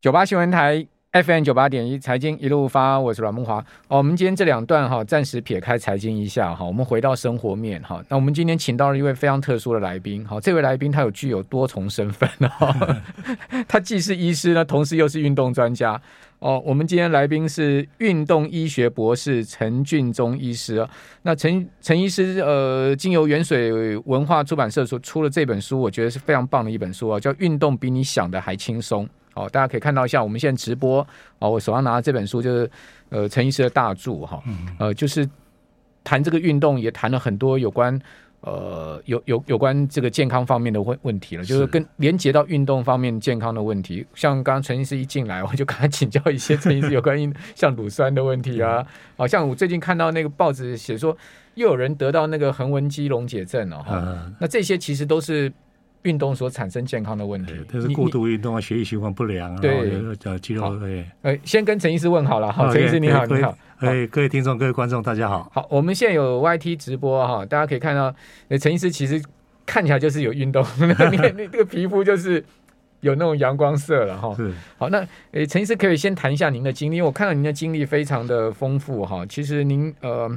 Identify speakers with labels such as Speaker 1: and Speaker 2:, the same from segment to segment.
Speaker 1: 九八新闻台 FM 九八点一财经一路发，我是阮梦华。哦，我们今天这两段哈、暂时撇开财经一下哈、我们回到生活面哈、那我们今天请到了一位非常特殊的来宾，好、这位来宾他有具有多重身份哦， 他既是医师呢，同时又是运动专家。哦，我们今天来宾是运动医学博士陈俊忠医师哦。那陈陈医师，呃，经由远水文化出版社所出了这本书，我觉得是非常棒的一本书啊，叫《运动比你想的还轻松》。哦，大家可以看到一下，我们现在直播哦，我手上拿的这本书就是呃陈医师的大著哈、
Speaker 2: 嗯
Speaker 1: 呃，就是谈这个运动，也谈了很多有关呃有有有关这个健康方面的问问题了，就是
Speaker 2: 是
Speaker 1: 跟连接到运动方面健康的问题。像刚刚陈医师一进来，我就跟他请教一些陈医师有关于像乳酸的问题 啊，好、像我最近看到那个报纸写说，又有人得到那个横纹肌溶解症了、哦、哈、
Speaker 2: 呃，
Speaker 1: 那这些其实都是。运动所产生健康的问题，
Speaker 2: 这是
Speaker 1: 你
Speaker 2: 过
Speaker 1: 你
Speaker 2: 度运动啊，血液循环不良啊，
Speaker 1: 对
Speaker 2: 然后呃，肌
Speaker 1: 好
Speaker 2: 肉对。
Speaker 1: 呃，先跟陈医师问好了，好，陈医师你好，
Speaker 2: 各位
Speaker 1: 你好，
Speaker 2: 各位各位听众，各位观众，大家好。
Speaker 1: 好，我们现在有 YT 直播哈，大家可以看到，呃陈医师其实看起来就是有运动，那个那那个皮肤就是有那种阳光色了哈。
Speaker 2: 是，
Speaker 1: 好，那呃，陈医师可以先谈一下您的经历，因为我看到您的经历非常的丰富哈。其实您呃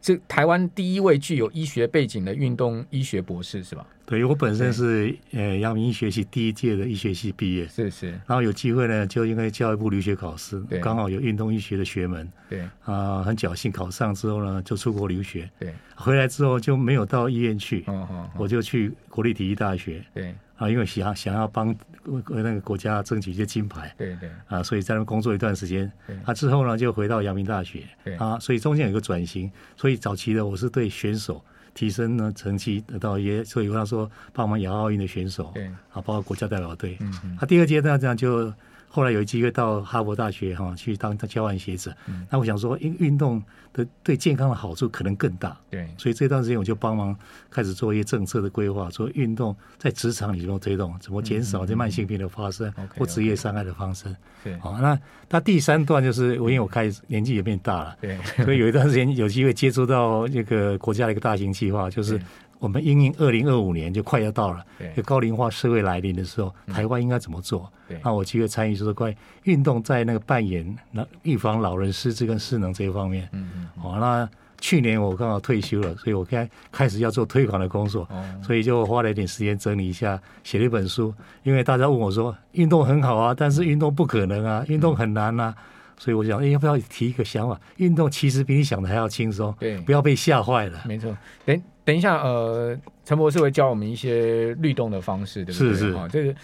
Speaker 1: 是台湾第一位具有医学背景的运动医学博士是吧？
Speaker 2: 对我本身是呃阳明医学系第一届的医学系毕业，
Speaker 1: 是是，
Speaker 2: 然后有机会呢，就因为教育部留学考试
Speaker 1: 对，
Speaker 2: 刚好有运动医学的学门
Speaker 1: 对
Speaker 2: 啊、很侥幸考上之后呢，就出国留学，
Speaker 1: 对，
Speaker 2: 回来之后就没有到医院去，
Speaker 1: 嗯嗯，嗯
Speaker 2: 我就去国立体育大学
Speaker 1: 对
Speaker 2: 啊，因为想想要帮呃那个国家争取一些金牌。
Speaker 1: 对对
Speaker 2: 啊，所以在那边工作一段时间
Speaker 1: 对，
Speaker 2: 啊之后呢就回到阳明大学
Speaker 1: 对，
Speaker 2: 啊，所以中间有一个转型，所以早期的我是对选手提升呢成绩得到一些，所以他说帮忙摇奥运的选手，
Speaker 1: 对，
Speaker 2: 啊，包括国家代表队，
Speaker 1: 嗯嗯
Speaker 2: 啊，第二阶段这样就后来有机会到哈佛大学哈、去当交换学者，
Speaker 1: 嗯
Speaker 2: 那我想说，因为运动的对健康的好处可能更大，
Speaker 1: 对
Speaker 2: 所以这段时间我就帮忙开始做一些政策的规划，做运动在职场里头推动，怎么减少这慢性病的发生、
Speaker 1: 嗯 OK，
Speaker 2: 或职业伤害的发生。
Speaker 1: 是，
Speaker 2: 好、那那第三段就是我因为我开始年纪也变大了，
Speaker 1: 对
Speaker 2: 所以有一段时间有机会接触到这个国家的一个大型计划，就是
Speaker 1: 对
Speaker 2: 我们因应二零二五年就快要到了
Speaker 1: 对，嗯
Speaker 2: 就高龄化社会来临的时候，台湾应该怎么做
Speaker 1: 对？
Speaker 2: 那我有机会参与就是关于运动在那个扮演那预防老人失智跟失能这一方面。
Speaker 1: 嗯嗯
Speaker 2: 哦，那去年我刚好退休了，所以我开开始要做推广的工作，
Speaker 1: 哦
Speaker 2: 所以就花了一点时间整理一下，写了一本书。因为大家问我说，运动很好啊，但是运动不可能啊，
Speaker 1: 嗯
Speaker 2: 运动很难啊。所以我想，哎要不要提一个想法？运动其实比你想的还要轻松，
Speaker 1: 对
Speaker 2: 不要被吓坏 了。
Speaker 1: 没错，等等一下，呃，陈博士会教我们一些律动的方式，对不对？
Speaker 2: 是是
Speaker 1: 啊、这个，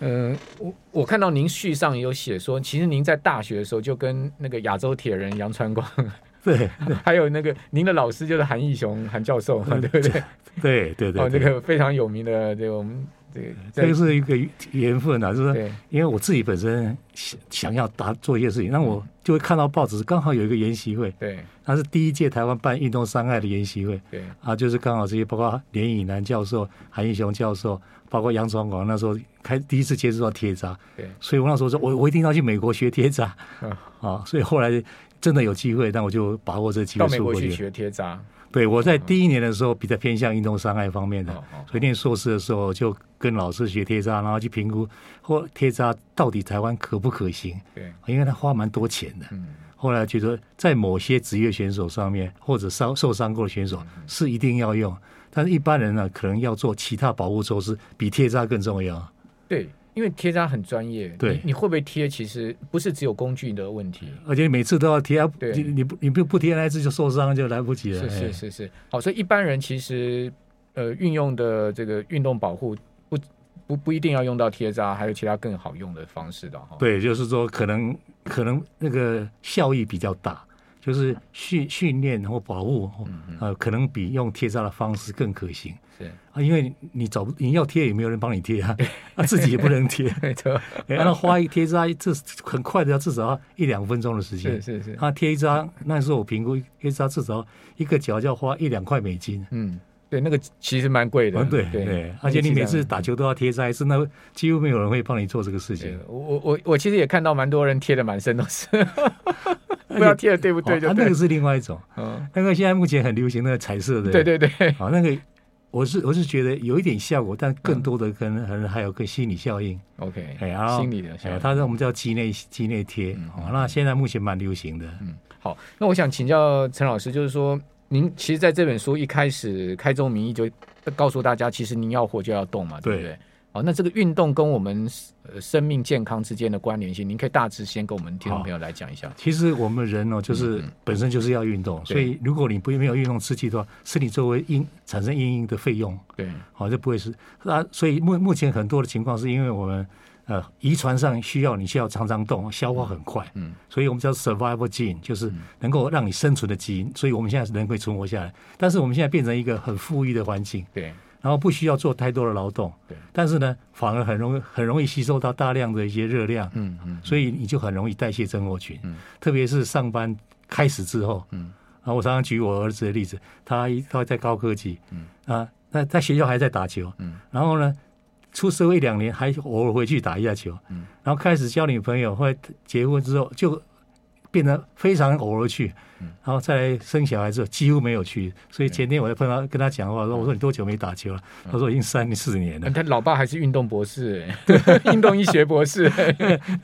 Speaker 1: 呃，我我看到您序上有写说，其实您在大学的时候就跟那个亚洲铁人杨传光，
Speaker 2: 对
Speaker 1: 还有那个您的老师就是韩义雄韩教授嘛，对不对？
Speaker 2: 对对
Speaker 1: 哦，这
Speaker 2: 对，对
Speaker 1: 个非常有名的，这个我们这个在
Speaker 2: 这个是一个缘分啊，就是说
Speaker 1: 对
Speaker 2: 因为我自己本身想想要达做一些事情，那
Speaker 1: 嗯
Speaker 2: 我就会看到报纸，刚好有一个研习会，
Speaker 1: 对
Speaker 2: 它是第一届台湾办运动伤害的研习会，
Speaker 1: 对
Speaker 2: 啊，就是刚好这些，包括连以南教授、韩义雄教授，包括杨传广，那时候开第一次接触到贴扎，
Speaker 1: 对，
Speaker 2: 所以我那时候说我我一定要去美国学贴扎
Speaker 1: 嗯
Speaker 2: 啊，所以后来真的有机会，那我就把握这机
Speaker 1: 到
Speaker 2: 会
Speaker 1: 美
Speaker 2: 出
Speaker 1: 国
Speaker 2: 国
Speaker 1: 去
Speaker 2: 去。
Speaker 1: 学贴扎，
Speaker 2: 对，我在第一年的时候比较偏向运动伤害方面的
Speaker 1: 哦哦，
Speaker 2: 所以念硕士的时候就跟老师学贴扎，然后去评估或贴扎到底台湾可不可行，
Speaker 1: 对，
Speaker 2: 因为它花蛮多钱的。
Speaker 1: 嗯，
Speaker 2: 后来觉得在某些职业选手上面，或者伤受伤过的选手
Speaker 1: 嗯
Speaker 2: 是一定要用，但是一般人呢，可能要做其他保护措施，比贴扎啊更重要。
Speaker 1: 对。因为贴扎很专业，
Speaker 2: 对
Speaker 1: 你你会不会贴，其实不是只有工具的问题，
Speaker 2: 而且你每次都要贴啊，
Speaker 1: 对
Speaker 2: 你你不你不不贴那一次就受伤就来不及
Speaker 1: 是
Speaker 2: 了。
Speaker 1: 是
Speaker 2: 哎
Speaker 1: 是是，好，所以一般人其实呃运用的这个运动保护不不不一定要用到贴扎，还有其他更好用的方式的哈。
Speaker 2: 对，就是说可能可能那个效益比较大，就是训训练或保护，
Speaker 1: 嗯
Speaker 2: 呃，可能比用贴扎的方式更可行
Speaker 1: 是，
Speaker 2: 啊，因为你找不你要贴也没有人帮你贴啊，啊自己也不能贴。
Speaker 1: 没错，
Speaker 2: 哎，那花一贴扎，这很快的，要至少要一两分钟的时
Speaker 1: 是
Speaker 2: 间。
Speaker 1: 是是，
Speaker 2: 他贴一张，那时候我评估贴一张至少一个脚要花一两块美金。
Speaker 1: 嗯，对，那个其实蛮贵的，
Speaker 2: 嗯，对
Speaker 1: 对
Speaker 2: 对，
Speaker 1: 那
Speaker 2: 而且
Speaker 1: 个
Speaker 2: 你
Speaker 1: 其实
Speaker 2: 每次
Speaker 1: 还
Speaker 2: 打球都要贴扎一次，那几乎没有人会帮你做这个事情
Speaker 1: 对。啊我我我我其实也看到蛮多人贴的满身都 是，不
Speaker 2: 而且
Speaker 1: 知道贴的对不对
Speaker 2: 哦
Speaker 1: 就
Speaker 2: 啊那
Speaker 1: 对
Speaker 2: 个，是另外一种，
Speaker 1: 嗯，
Speaker 2: 那个现在目前很流行那个彩色的。
Speaker 1: 对。对对，
Speaker 2: 好，那个我是我是觉得有一点效果，但
Speaker 1: 嗯
Speaker 2: 更多的可能可能还有个心理效应。
Speaker 1: OK，
Speaker 2: 哎，然后
Speaker 1: 心理的效
Speaker 2: 哎
Speaker 1: 应嗯
Speaker 2: 它我们叫肌内肌内贴、哦。那现在目前蛮流行的。
Speaker 1: 好，那我想请教陈老师，就是说，您其实在这本书一开始开宗明义就告诉大家，其实您要活就要动嘛，对不对？好，那这个运动跟我们呃生命健康之间的关联性，您可以大致先跟我们听众朋友来讲一下。
Speaker 2: 其实我们人哦，
Speaker 1: 嗯
Speaker 2: 就是本身就是要运动，所以如果你不没有运动刺激的话，身体周围应产生应应的费用，
Speaker 1: 对，
Speaker 2: 好、就不会是那所以目目前很多的情况是因为我们呃遗传上需要你需要常常动，消化很快，
Speaker 1: 嗯，
Speaker 2: 所以我们叫 survival gene，就是能够让你生存的基因，所以我们现在人可以存活下来。但是我们现在变成一个很富裕的环境，
Speaker 1: 对，
Speaker 2: 然后不需要做太多的劳动，
Speaker 1: 对，
Speaker 2: 但是呢，反而很容易很容易吸收到大量的一些热量，
Speaker 1: 嗯嗯，
Speaker 2: 所以你就很容易代谢症候群，
Speaker 1: 嗯
Speaker 2: 特别是上班开始之后，
Speaker 1: 嗯
Speaker 2: 然后我常常举我儿子的例子，他一他在高科技，
Speaker 1: 嗯
Speaker 2: 啊，那在学校还在打球，
Speaker 1: 嗯
Speaker 2: 然后呢，出社会一两年还偶尔回去打一下球，
Speaker 1: 嗯
Speaker 2: 然后开始交女朋友，后来结婚之后就变得非常偶尔去，
Speaker 1: 嗯
Speaker 2: 然后再来生小孩之后几乎没有去，所以前天我在碰到跟他讲话说，
Speaker 1: 嗯
Speaker 2: 我说你多久没打球了？他说已经三四年了
Speaker 1: 那。嗯他老爸还是运动博士、 运动医学博士、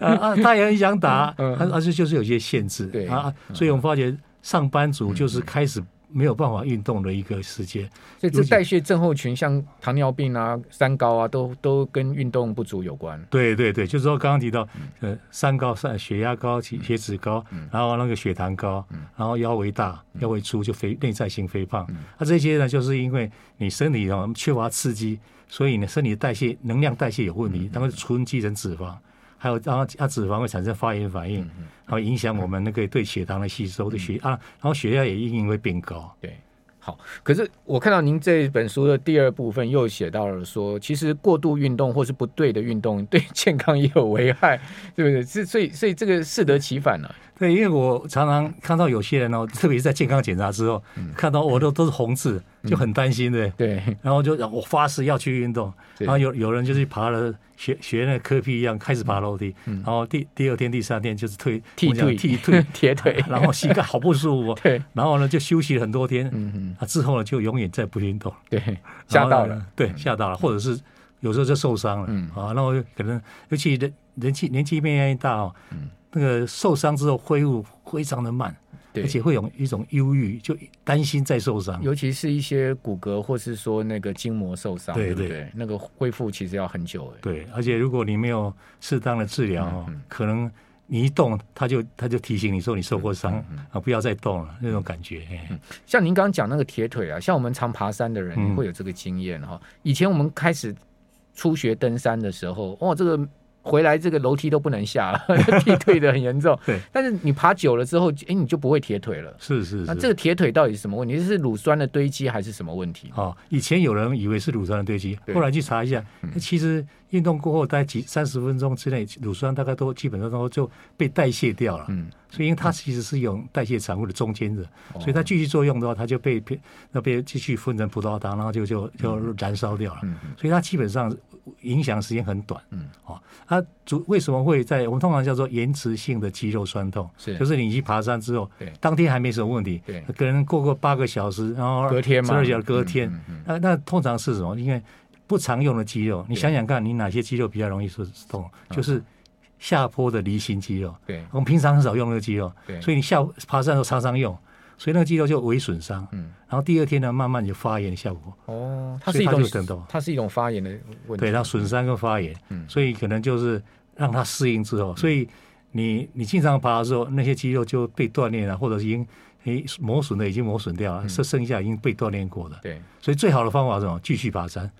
Speaker 2: 啊 啊，他也很想打，
Speaker 1: 嗯
Speaker 2: 但而且就是有些限制，
Speaker 1: 对嗯
Speaker 2: 啊，所以我们发觉上班族就是开始没有办法运动的一个时间，
Speaker 1: 所以这代谢症候群，像糖尿病啊、三高啊，都都跟运动不足有关。
Speaker 2: 对对对，就是说刚刚提到，呃，三高、三血压高、血血脂高，然后那个血糖高，然后腰围大、腰围粗，就肥内在型肥胖。那这些呢，就是因为你身体啊缺乏刺激，所以你身体的代谢能量代谢有问题，它会储存积成脂肪，还有然后它脂肪会产生发炎反应，然后影响我们那个对血糖的吸收，对血啊，然后血压也一定会变高。
Speaker 1: 对，好。可是我看到您这本书的第二部分又写到了说，其实过度运动或是不对的运动对健康也有危害，对不对？是所以所以这个适得其反了、
Speaker 2: 对，因为我常常看到有些人哦，特别是在健康检查之后，看到我都都是红字，就很担心的。
Speaker 1: 对
Speaker 2: 然后就我发誓要去运动，
Speaker 1: 对
Speaker 2: 然后有有人就去爬了学学那个科比一样，开始爬楼梯，
Speaker 1: 嗯
Speaker 2: 然后第第二天、第三天就是退
Speaker 1: 踢
Speaker 2: 我讲
Speaker 1: 腿，
Speaker 2: 踢退
Speaker 1: 铁 腿，
Speaker 2: 然后膝盖好不舒服、哦，
Speaker 1: 对，
Speaker 2: 然后呢就休息了很多天，
Speaker 1: 嗯嗯，
Speaker 2: 啊之后呢就永远再不运动，
Speaker 1: 对，吓到
Speaker 2: 然后
Speaker 1: 了，
Speaker 2: 呢，对，吓到了，或者是有时候就受伤了，
Speaker 1: 嗯
Speaker 2: 啊，然后可能尤其人人气年纪越来越大哦，
Speaker 1: 嗯
Speaker 2: 那个受伤之后恢复非常的慢，
Speaker 1: 对
Speaker 2: 而。且会有一种忧郁，就担心再受伤，
Speaker 1: 尤其是一些骨骼或是说那个筋膜受伤，
Speaker 2: 对
Speaker 1: 不
Speaker 2: 对
Speaker 1: 对？那个恢复其实要很久哎。
Speaker 2: 对，而且如果你没有适当的治疗
Speaker 1: 嗯
Speaker 2: 哦，可能你一动，他就他就提醒你说你受过
Speaker 1: 嗯
Speaker 2: 伤、啊，不要再动了那种感觉。哎
Speaker 1: 像您刚刚讲那个铁腿啊，像我们常爬山的人
Speaker 2: 嗯
Speaker 1: 会有这个经验哈、以前我们开始初学登山的时候，哦哇，这个回来这个楼梯都不能下了， 踢腿的很严重。
Speaker 2: 对，
Speaker 1: 但是你爬久了之后，哎，你就不会铁腿了。
Speaker 2: 是是
Speaker 1: 那
Speaker 2: 是。
Speaker 1: 这个铁腿到底是什么问题？是乳酸的堆积还是什么问题？
Speaker 2: 哦，以前有人以为是乳酸的堆积，
Speaker 1: 对嗯
Speaker 2: 后来去查一下，其实运动过后大概几三十分钟之内，乳酸大概都基本上都就被代谢掉了。
Speaker 1: 嗯，哦
Speaker 2: 所以因为它其实是有代谢产物的中间的，所以它继续作用的话，它就被被那被继续分成葡萄糖，然后就就就燃烧掉了。
Speaker 1: 嗯
Speaker 2: 所以它基本上影响时间很短。
Speaker 1: 嗯，
Speaker 2: 哦，它主为什么会在我们通常叫做延迟性的肌肉酸痛，
Speaker 1: 是
Speaker 2: 就是你去爬山之后
Speaker 1: 对，
Speaker 2: 当天还没什么问题，
Speaker 1: 对
Speaker 2: 可能过个八个小时，然后
Speaker 1: 隔天嘛
Speaker 2: 十二小时隔天
Speaker 1: 嗯，
Speaker 2: 那那通常是什么？因为不常用的肌肉，你想想看，你哪些肌肉比较容易酸痛？
Speaker 1: 嗯
Speaker 2: 就是下坡的离心肌肉。
Speaker 1: 对，
Speaker 2: 我们平常很少用那个肌肉
Speaker 1: 对，
Speaker 2: 所以你下爬山的时候常常用，所以那个肌肉就微损伤。
Speaker 1: 嗯
Speaker 2: 然后第二天呢，慢慢有发炎的效果，
Speaker 1: 哦，它
Speaker 2: 所
Speaker 1: 是一
Speaker 2: 以它
Speaker 1: 种
Speaker 2: 就更多
Speaker 1: 它是一种发炎的问题。
Speaker 2: 对，它损伤跟发炎，
Speaker 1: 嗯
Speaker 2: 所以可能就是让它适应之后，所以你你经常爬的时候，那些肌肉就被锻炼了，或者是已经诶磨损的已经磨损掉
Speaker 1: 嗯
Speaker 2: 了，剩剩下已经被锻炼过的，
Speaker 1: 对，
Speaker 2: 所以最好的方法是什么？继续爬山。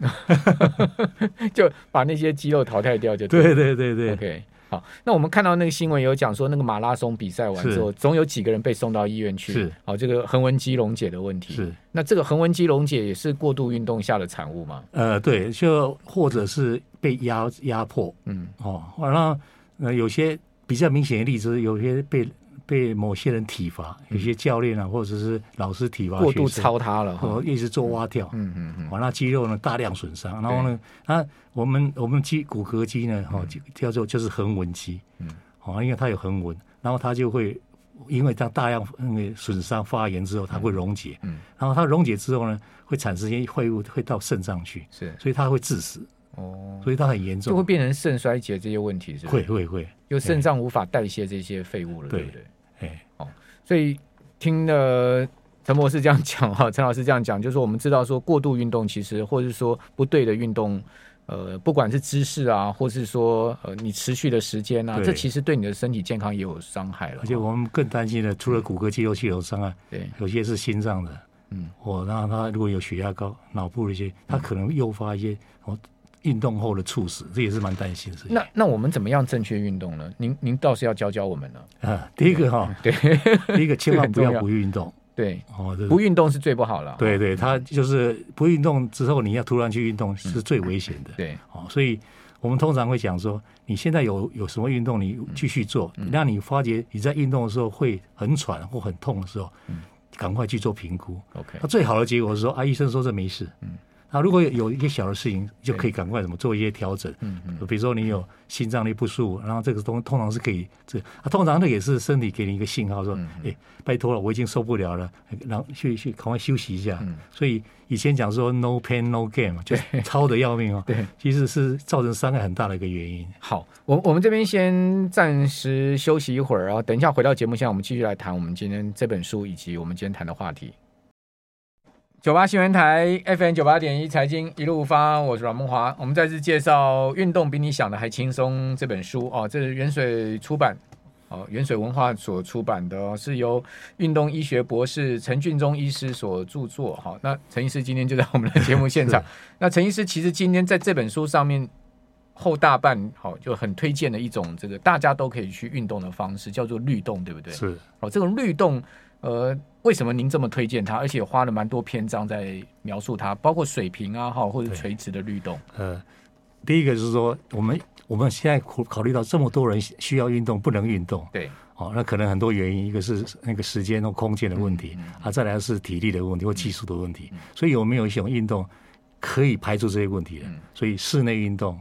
Speaker 1: 就把那些肌肉淘汰掉就 对了
Speaker 2: 对对对对
Speaker 1: OK，好，那我们看到那个新闻有讲说，那个马拉松比赛完之后，总有几个人被送到医院去。
Speaker 2: 是，
Speaker 1: 好，这个横纹肌溶解的问题。
Speaker 2: 是，
Speaker 1: 那这个横纹肌溶解也是过度运动下的产物嘛？
Speaker 2: 呃，对，就或者是被压压迫，
Speaker 1: 嗯，
Speaker 2: 哦，然后呃，有些比较明显的例子，是有些被被某些人体罚，有些教练啊，或者是老师体罚
Speaker 1: 过
Speaker 2: 学
Speaker 1: 度
Speaker 2: 生，
Speaker 1: 操它了哈。
Speaker 2: 啊哦，一直做蛙跳，
Speaker 1: 嗯嗯嗯，
Speaker 2: 哦，那肌肉呢大量损伤，然后呢，那我们我们肌骨
Speaker 1: 嗯
Speaker 2: 骼肌呢，哦，就叫做就是横纹肌，嗯，哦，因为它有横纹，然后它就会因为它大量那个损伤发炎之后，它会溶解，
Speaker 1: 嗯，
Speaker 2: 然后它溶解之后呢，会产生一些废物会到肾脏去，
Speaker 1: 是
Speaker 2: 所以它会致死，
Speaker 1: 哦，
Speaker 2: 所以它很严
Speaker 1: 就会
Speaker 2: 重，
Speaker 1: 变成肾衰竭这些问题，是不
Speaker 2: 会
Speaker 1: 是？
Speaker 2: 会会，
Speaker 1: 就肾脏无法代谢这些废物了，对
Speaker 2: 对
Speaker 1: 不对？
Speaker 2: 哎，
Speaker 1: 所以听了陈博士这样讲哈，陈老师这样讲，就是我们知道说过度运动其实，或者是说不对的运动，呃，不管是姿势啊，或是说呃你持续的时间啊，
Speaker 2: 对
Speaker 1: 这其实对你的身体健康也有伤害了。
Speaker 2: 而且我们更担心的，除了骨骼
Speaker 1: 嗯
Speaker 2: 肌肉系有伤害，啊
Speaker 1: 对
Speaker 2: 有些是心脏的，
Speaker 1: 嗯，
Speaker 2: 我那他如果有血压高、脑部的一些，他可能诱发一些哦运动后的猝死，这也是蛮担心的事情。
Speaker 1: 那那我们怎么样正确运动呢？您您倒是要教教我们了。
Speaker 2: 啊，第一个哈，
Speaker 1: 嗯对
Speaker 2: 第一个千万不
Speaker 1: 这个很重
Speaker 2: 要
Speaker 1: 要
Speaker 2: 不运动
Speaker 1: 对，
Speaker 2: 哦，这
Speaker 1: 不运动是最不好了。
Speaker 2: 对对，他就是不运动之后，你要突然去运动是最危险的
Speaker 1: 嗯对
Speaker 2: 哦，所以。我们通常会讲说，你现在有有什么运动，你
Speaker 1: 嗯
Speaker 2: 继续做，让你发觉你在运动的时候会很喘或很痛的时候，
Speaker 1: 嗯
Speaker 2: 赶快去做评估。
Speaker 1: ，OK，
Speaker 2: 那最好的结果是说啊，医生说这没事。嗯，那如果有有一些小的事情，就可以赶快怎么做一些调整。
Speaker 1: 嗯嗯，
Speaker 2: 比如说你有心脏力不舒服，然后这个东通常是可以这啊，通常那也是身体给你一个信号说，
Speaker 1: 嗯
Speaker 2: 哎、拜托了，我已经受不了了，然后去去赶快休息一
Speaker 1: 嗯
Speaker 2: 下。所以以前讲说 no pain no gain 嘛，就是超的要命哦。
Speaker 1: 对，
Speaker 2: 其实是造成伤害很大的一个原因。
Speaker 1: 好，我我们这边先暂时休息一会儿，然后等一下回到节目现场，我们继续来谈我们今天这本书以及我们今天谈的话题。九八新闻台 FM 九八点一财经一路发，我是阮梦华。我们再次介绍《运动比你想的还轻松》这本书哦，这是元水出版哦，元水文化所出版的哦，是由运动医学博士陈俊忠医师所著作。好、那陈医师今天就在我们的节目现场。那陈医师其实今天在这本书上面后大半好、就很推荐的一种这个大家都可以去运动的方式，叫做律动，对不对？
Speaker 2: 是。
Speaker 1: 哦，这种律动，呃，为什么您这么推荐它？而且花了蛮多篇章在描述它，包括水平啊，哈，或者
Speaker 2: 对
Speaker 1: 垂直的律动。
Speaker 2: 呃，第一个是说，我们我们现在考考虑到这么多人需要运动，不能运动，
Speaker 1: 对，
Speaker 2: 哦，那可能很多原因，一个是那个时间和空间的问题、啊，再来是体力的问题或技术的问题，所以有没有一种运动可以排除这些问题的？所以室内运动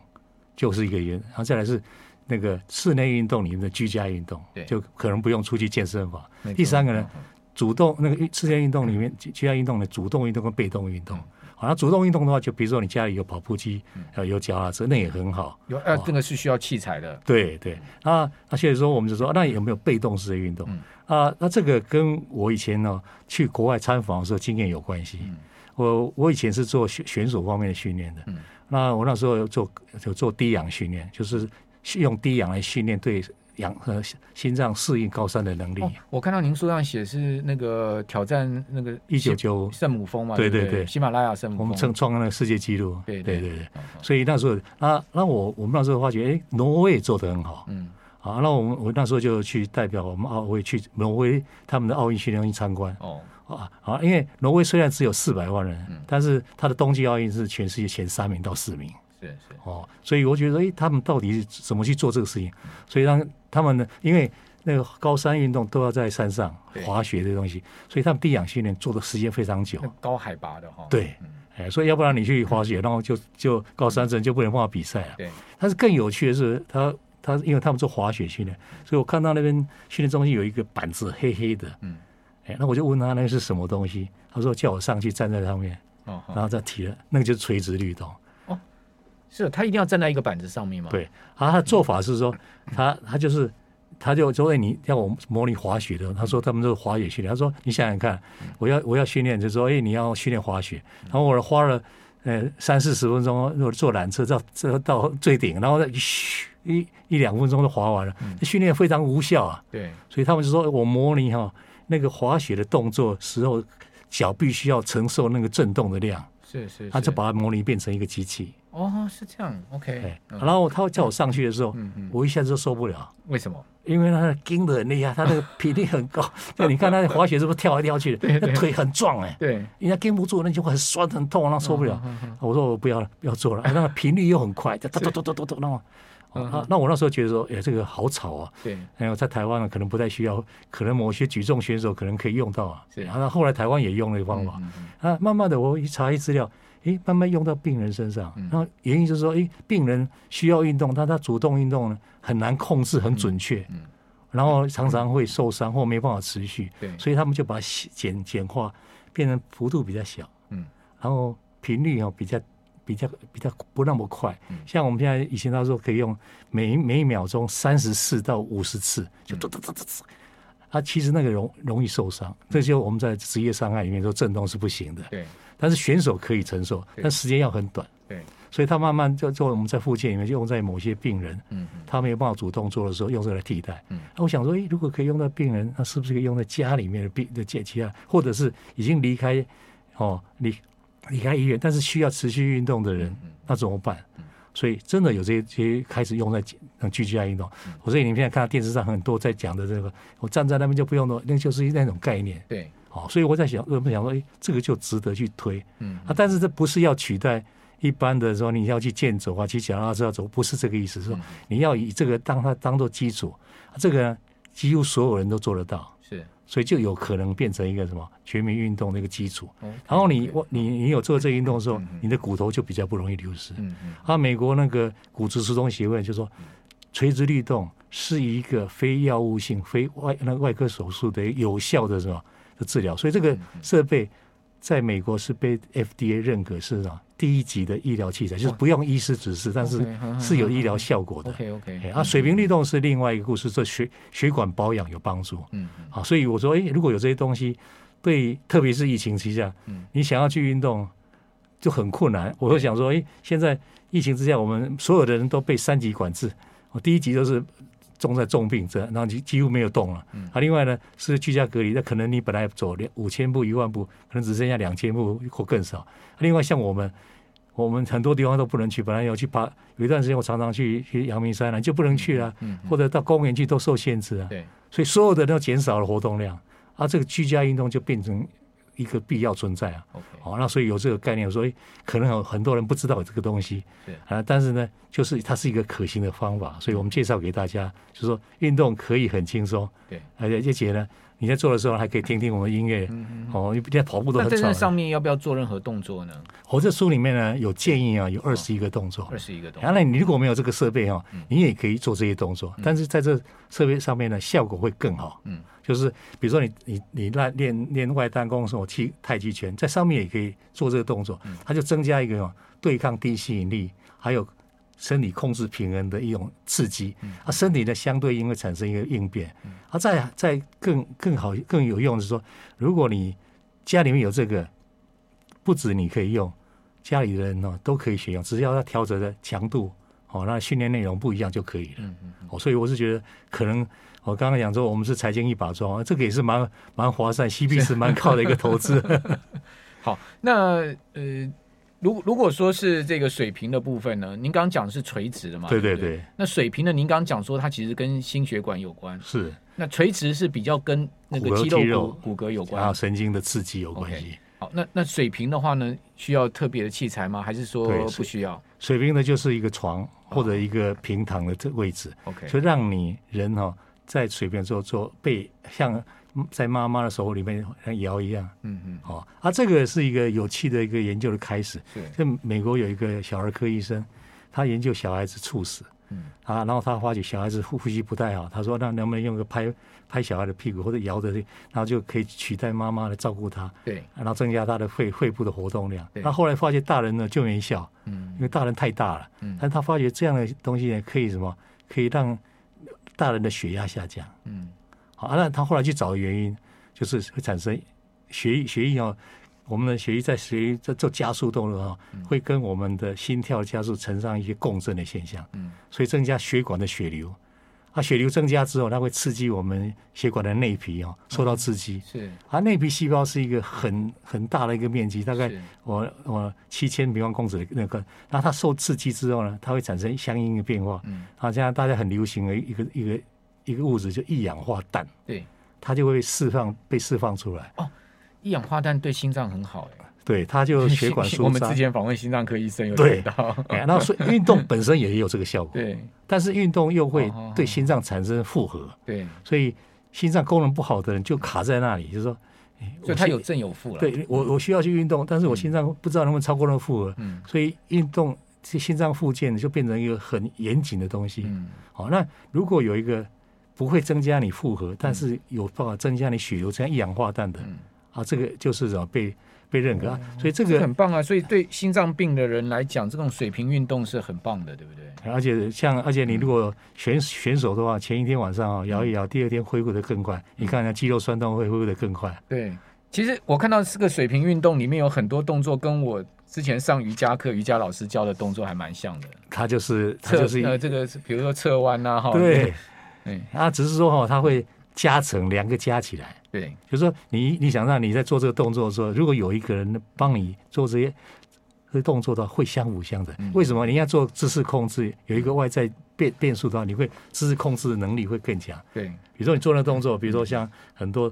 Speaker 2: 就是一个原因，然后再来是那个室内运动里面的居家运动
Speaker 1: 对，
Speaker 2: 就可能不用出去健身房。
Speaker 1: 没错嗯
Speaker 2: 第三个呢，主动那个室内运动里面，居居家运动的主动运动跟被动运动。好，那主动运动的话，就比如说你家里有跑步机，呃，有脚踏车，那也很好。
Speaker 1: 有呃，这个是需要器材的。
Speaker 2: 对对，那那所以说我们就说，那有没有被动式的运
Speaker 1: 嗯
Speaker 2: 动、啊？那这个跟我以前呢去国外参访的时候经验有关系。
Speaker 1: 嗯
Speaker 2: 我我以前是做选选手方面的训练的，
Speaker 1: 嗯
Speaker 2: 那我那时候有做有做低氧训练，就是用低氧来训练对氧呃心脏适应高山的能力。
Speaker 1: 哦，我看到您书上写是那个挑战那个
Speaker 2: 一九九五，
Speaker 1: 圣母峰嘛，
Speaker 2: 对
Speaker 1: 对
Speaker 2: 对
Speaker 1: 不对，
Speaker 2: 对
Speaker 1: 喜马拉雅圣母
Speaker 2: 我
Speaker 1: 峰
Speaker 2: 们，创创了那个世界纪录。
Speaker 1: 对
Speaker 2: 对
Speaker 1: 对
Speaker 2: 对对，
Speaker 1: 嗯
Speaker 2: 所以那时候那那我我们那时候发觉，哎，挪威也做得很好。
Speaker 1: 嗯，
Speaker 2: 啊，那我们我那时候就去代表我们奥委去挪威他们的奥运训练营参观
Speaker 1: 哦，
Speaker 2: 啊啊，因为挪威虽然只有四百万人，
Speaker 1: 嗯
Speaker 2: 但是他的冬季奥运是全世界前三名到四名
Speaker 1: 是是，
Speaker 2: 哦，所以我觉得诶，他们到底是怎么去做这个事情？所以让他们呢，因为那个高山运动都要在山上
Speaker 1: 对
Speaker 2: 滑雪这些东西，所以他们低氧训练做的时间非常久
Speaker 1: 那，高海拔的哈，
Speaker 2: 对
Speaker 1: 嗯，
Speaker 2: 哎，所以要不然你去滑雪，然后就就高山症就不能办法比赛了。
Speaker 1: 对，
Speaker 2: 但是更有趣的是，他他因为他们做滑雪训练，所以我看到那边训练中心有一个板子黑黑的，
Speaker 1: 嗯，
Speaker 2: 哎，那我就问他那是什么东西，他说叫我上去站在上面，
Speaker 1: 哦，
Speaker 2: 然
Speaker 1: 哦
Speaker 2: 后再提了，那个就是垂直律动。
Speaker 1: 是哦他一定要站在一个板子上面嘛？
Speaker 2: 对，啊然后他的做法是说，他他就是他就说哎你要我模拟滑雪的，他说他们都是滑雪训练，他说你想想看，我要我要训练，就说哎你要训练滑雪，然后我花了呃三四十分钟，我坐缆车到这到最顶，然后再嘘一一两分钟就滑完了，训练非常无效啊，
Speaker 1: 对，
Speaker 2: 所以他们就说我模拟哈、那个滑雪的动作时候，脚必须要承受那个震动的量，
Speaker 1: 是是，
Speaker 2: 他
Speaker 1: 是
Speaker 2: 就把它模拟变成一个机器，
Speaker 1: 哦，是这样，OK，
Speaker 2: 哎，
Speaker 1: 嗯
Speaker 2: 然后他叫我上去的时候
Speaker 1: 嗯嗯，
Speaker 2: 我一下子就受不了。
Speaker 1: 为什么？
Speaker 2: 因为他盯得很厉害，他那个频率很 高。对，你看他滑雪是不是跳来跳去的，那腿很壮哎、
Speaker 1: 对，
Speaker 2: 人家盯不住，那就会很酸很痛，然啊后受不
Speaker 1: 嗯
Speaker 2: 了。我说我不要了，不要 做了。哎那个频率又很快，哒哒哒哒哒哒哒，那么
Speaker 1: 嗯
Speaker 2: 哦那那我那时候觉得说，哎，这个好吵啊。
Speaker 1: 对，
Speaker 2: 还有在台湾呢，可能不太需要，可能某些举重选手可能可以用到啊。
Speaker 1: 是
Speaker 2: 然后后来台湾也用了方法
Speaker 1: 嗯嗯
Speaker 2: 啊，慢慢的我一查一资料，诶，慢慢用到病人身上。然后原因就是说，诶，病人需要运动，但他主动运动呢很难控制，很准确。然后常常会受伤或没办法持续，
Speaker 1: 对
Speaker 2: 所以他们就把它细简简化，变成幅度比较小，
Speaker 1: 嗯，
Speaker 2: 然后频率哦比较比较比较不那么快
Speaker 1: 嗯。
Speaker 2: 像我们现在以前他说可以用每一每一秒钟三十四到五十次，就嘟嘟嘟嘟嘟。啊，其实那个容容易受伤，这就我们在职业伤害里面说震动是不行的。
Speaker 1: 对
Speaker 2: 但是选手可以承受，
Speaker 1: 对
Speaker 2: 但时间要很短。
Speaker 1: 对，
Speaker 2: 所以他慢慢就做我们在附件里面用在某些病人，
Speaker 1: 嗯嗯
Speaker 2: 他没有办法主动做的时候，用这个来替代。
Speaker 1: 嗯
Speaker 2: 那我想说，诶，如果可以用到病人，那是不是可以用在家里面的病的其其他，或者是已经离开哦离离开医院，但是需要持续运动的
Speaker 1: 嗯
Speaker 2: 人，那怎么办？所以真的有这些这些开始用在嗯居家运动，我所以你们现在看到电视上很多在讲的这个，我站在那边就不用了，那就是那种概念。
Speaker 1: 对，
Speaker 2: 哦，所以我在想，我们想说，诶，这个就值得去推。
Speaker 1: 嗯
Speaker 2: 啊，但是这不是要取代一般的说你要去健走啊、骑脚踏车要走，不是这个意思，
Speaker 1: 嗯
Speaker 2: 是说你要以这个当它当做基础，啊这个呢几乎所有人都做得到，
Speaker 1: 是
Speaker 2: 所以就有可能变成一个什么全民运动的一个基础。
Speaker 1: ，OK，
Speaker 2: 然后你
Speaker 1: OK
Speaker 2: 我你你有做这个运动的时候
Speaker 1: 嗯嗯，
Speaker 2: 你的骨头就比较不容易流失。
Speaker 1: 嗯嗯
Speaker 2: 啊，美国那个骨质疏松协会就说，垂直律动是一个非药物性、非外那个外科手术的有效的什么的治疗，所以这
Speaker 1: 嗯
Speaker 2: 个设备在美国是被 FDA 认可是什么第一级的医疗器材，就是不用医师指示，但是
Speaker 1: OK，好好嗯
Speaker 2: 是有医疗效果的。
Speaker 1: ，OK OK，
Speaker 2: 哎啊，水平律动是另外一个故事，这血血管保养有帮助。
Speaker 1: 嗯
Speaker 2: 啊，所以我说，哎，如果有这些东西，对，特别是疫情之下，
Speaker 1: 嗯
Speaker 2: 你想要去运动就很困难。我就想说，哎，现在疫情之下，我们所有的人都被三级管制，我第一级就是重在重病者，然后几几乎没有动了。
Speaker 1: 嗯
Speaker 2: 啊，另外呢是居家隔离，那可能你本来走两五千步、一万步，可能只剩下两千步或更少。另外像我们。我们很多地方都不能去，本来要去爬，有一段时间我常常去去阳明山了、啊就不能去了、
Speaker 1: 嗯
Speaker 2: 或者到公园去都受限制啊。
Speaker 1: 对，
Speaker 2: 所以所有的人都减少了活动量，啊，这个居家运动就变成一个必要存在啊。
Speaker 1: OK，
Speaker 2: 哦，那所以有这个概念，所以可能有很多人不知道有这个东西
Speaker 1: 对，
Speaker 2: 啊，但是呢，就是它是一个可行的方法，所以我们介绍给大家，就是说运动可以很轻松，
Speaker 1: 对，
Speaker 2: 而且而且呢，你在做的时候还可以听听我们音乐，哦，你在跑步都
Speaker 1: 嗯那
Speaker 2: 很
Speaker 1: 在那
Speaker 2: 爽。
Speaker 1: 上面要不要做任何动作呢？
Speaker 2: 我、这书里面呢有建议啊，有二十一个动作，
Speaker 1: 二十一个动
Speaker 2: 然
Speaker 1: 作，
Speaker 2: 后呢，你如果没有这个设备哦，你也可以做这些动作，但是在这设备上面呢，效果会更好。
Speaker 1: 嗯，
Speaker 2: 就是比如说你你你那练练外单弓的时候，踢太极拳，在上面也可以做这个动作，它就增加一个哦对抗地吸引力，还有身体控制平衡的一种刺激。啊，身体呢相对应会产生一个应变。啊，再再更更好更有用的是说，如果你家里面有这个，不止你可以用，家里的人呢、都可以选用，只要他调整的强度哦，那训练内容不一样就可以了。
Speaker 1: 嗯嗯
Speaker 2: 哦，所以我是觉得可能我刚刚讲说我们是财经一把抓，哦这个也是蛮蛮划 算，CP 是蛮高的一个投资。
Speaker 1: 好，那呃，如如果说是这个水平的部分呢，您刚刚讲是垂直的嘛？
Speaker 2: 对
Speaker 1: 对
Speaker 2: 对
Speaker 1: 不
Speaker 2: 对，
Speaker 1: 那水平呢，您刚刚讲说它其实跟心血管有关，
Speaker 2: 是
Speaker 1: 那垂直是比较跟那个
Speaker 2: 骨骼
Speaker 1: 肌肉
Speaker 2: 肌
Speaker 1: 骨
Speaker 2: 肉啊
Speaker 1: 骨骼有关
Speaker 2: 然。后神经的刺激有关系。
Speaker 1: 好，那那水平的话呢，需要特别的器材吗？还是说
Speaker 2: 对
Speaker 1: 不需要
Speaker 2: 水平呢就是一个床或者一个平躺的这位置，
Speaker 1: 哦？OK，
Speaker 2: 就让你人哦在水平做做被像在妈妈的手里面像摇一样
Speaker 1: 嗯嗯，
Speaker 2: 哦。啊，这个是一个有趣的一个研究的开始。
Speaker 1: 是，
Speaker 2: 这美国有一个小儿科医生，他研究小孩子猝死，
Speaker 1: 嗯
Speaker 2: 啊，然后他发觉小孩子呼呼吸不太好，他说那能不能用个拍拍小孩的屁股或者摇着，然后就可以取代妈妈来照顾他，
Speaker 1: 对，
Speaker 2: 然后增加他的肺肺部的活动量。
Speaker 1: 对
Speaker 2: 那后来发觉大人呢就没效，
Speaker 1: 嗯
Speaker 2: 因为大人太大了，
Speaker 1: 嗯
Speaker 2: 但他发觉这样的东西呢可以什么，可以让大人的血压下降。
Speaker 1: 嗯
Speaker 2: 好、啊，那他后来去找的原因，就是会产生血液血液哦，我们的血液在血液在做加速动作啊、
Speaker 1: 嗯
Speaker 2: 会跟我们的心跳加速呈上一些共振的现象，
Speaker 1: 嗯，
Speaker 2: 所以增加血管的血流。啊，血流增加之后，它会刺激我们血管的内皮哦，受到刺激。
Speaker 1: 是
Speaker 2: 啊，内皮细胞是一个很很大的一个面积，大概
Speaker 1: 是
Speaker 2: 我我七千平方公尺的那个，那它受刺激之后呢，它会产生相应的变化。
Speaker 1: 嗯，
Speaker 2: 啊，现在大家很流行的一个一个一个物质就一氧化氮，
Speaker 1: 对，
Speaker 2: 它就会释放被释放出来，
Speaker 1: 一氧化氮对心脏很好哎。
Speaker 2: 对，它 就血管
Speaker 1: 我
Speaker 2: 舒
Speaker 1: 们之嗯
Speaker 2: 张。
Speaker 1: 前访问心脏科医生有
Speaker 2: 对
Speaker 1: 讲到，
Speaker 2: 哎，那所以运动本身也有这个效果，
Speaker 1: 对
Speaker 2: 但是运动又会
Speaker 1: 哦哦哦
Speaker 2: 对心脏产生负荷，
Speaker 1: 对，
Speaker 2: 所以心脏功能不好的人就卡在那里，就是说，哎
Speaker 1: 所以它有正有负
Speaker 2: 我
Speaker 1: 了。
Speaker 2: 需对我我需要去运动，但是我心脏不知道能不能超过那个负荷，
Speaker 1: 嗯
Speaker 2: 所以运动这心脏附件就变成一个很严谨的东西。哦
Speaker 1: 嗯
Speaker 2: 好、那如果有一个不会增加你负荷，但是有办法增加你血流这样一氧化氮的
Speaker 1: 嗯
Speaker 2: 啊，这个就是什么被被认可啊，所以这
Speaker 1: 这
Speaker 2: 个
Speaker 1: 很棒啊！所以对心脏病的人来讲，这种水平运动是很棒的，对不对？
Speaker 2: 而且像，而且
Speaker 1: 嗯
Speaker 2: 你如果选选手的话，前一天晚上啊摇一摇，第二天恢复的更快。你
Speaker 1: 嗯
Speaker 2: 看人家肌肉酸痛会恢复的更快。
Speaker 1: 对，其实我看到这个水平运动里面有很多动作，跟我之前上瑜伽课瑜伽老师教的动作还蛮像的。
Speaker 2: 他就是他
Speaker 1: 侧
Speaker 2: 就是
Speaker 1: 呃，这个是比如说侧弯啊，哈，哎
Speaker 2: 对，
Speaker 1: 对
Speaker 2: 啊，只是说哈，他会加成两个加起来，
Speaker 1: 对，
Speaker 2: 就是说你你想让你在做这个动作的时候，如果有一个人帮你做这些这些动作的话，会相辅相成。
Speaker 1: 嗯
Speaker 2: 为什么你要做姿势控制？有一个外在变变数的话，你会姿势控制的能力会更强。
Speaker 1: 对，
Speaker 2: 比如说你做那动作，比如说像很多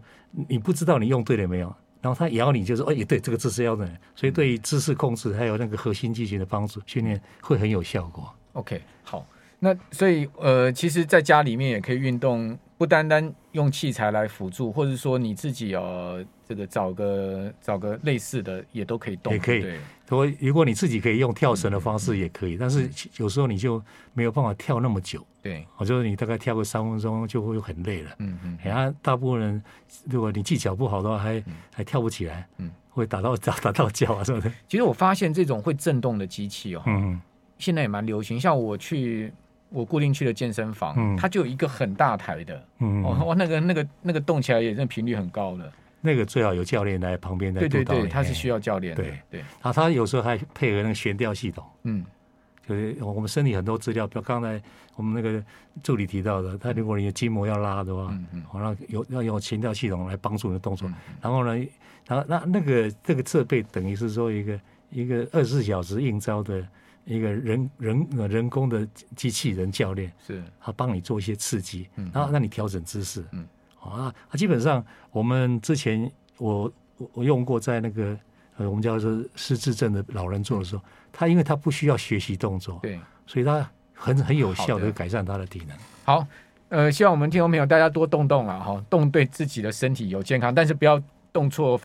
Speaker 2: 你不知道你用对了没有，然后他咬你就是哦也对，这个姿势要对，所以对于姿势控制还有那个核心肌群的帮助训练会很有效果。
Speaker 1: OK，好，那所以呃，其实在家里面也可以运动，不单单用器材来辅助，或者说你自己呃，这个找个找个类似的也都可以动，
Speaker 2: 也可以
Speaker 1: 对，
Speaker 2: 所以如果你自己可以用跳绳的方式也可以，但是有时候你就没有办法跳那么久，
Speaker 1: 对，
Speaker 2: 我就是你大概跳个三分钟就会很累了。
Speaker 1: 嗯嗯，
Speaker 2: 然后大部分人如果你技巧不好的话，还还跳不起来，
Speaker 1: 嗯
Speaker 2: 会打到打打到脚啊什么的。
Speaker 1: 其实我发现这种会震动的机器哦，
Speaker 2: 嗯，
Speaker 1: 现在也蛮流行，像我去。我固定去的健身房，
Speaker 2: 嗯
Speaker 1: 它就有一个很大台的，
Speaker 2: 嗯
Speaker 1: 哦，哇，那个那个那个动起来也是频率很高的，
Speaker 2: 那个最好有教练来旁边来
Speaker 1: 对
Speaker 2: 督
Speaker 1: 对
Speaker 2: 导你。
Speaker 1: 对，它是
Speaker 2: 嘿
Speaker 1: 需要教练的，
Speaker 2: 哎
Speaker 1: 对，
Speaker 2: 对啊，他有时候还配合那个悬吊系统，
Speaker 1: 嗯，
Speaker 2: 就是我们身体很多资料，比如刚才我们那个助理提到的，他如果你的筋膜要拉的话，
Speaker 1: 嗯嗯嗯
Speaker 2: 好、那有要用悬吊系统来帮助你的动作。然后呢，然后那那个这个设备等于是说一个一个二十四小时应招的一个人人呃人工的机机器人教练，
Speaker 1: 是，
Speaker 2: 他帮你做一些刺激，
Speaker 1: 嗯
Speaker 2: 然后让你调整姿势。
Speaker 1: 嗯，
Speaker 2: 好、啊，那基本上我们之前我我我用过在那个呃我们叫做失智症的老人做的时候，他因为他不需要学习动作，
Speaker 1: 对，
Speaker 2: 所以他很很有效
Speaker 1: 好的
Speaker 2: 的改善他的体能。
Speaker 1: 好，呃，希望我们听众朋友大家多动动了哈，动对自己的身体有健康，但是不要动错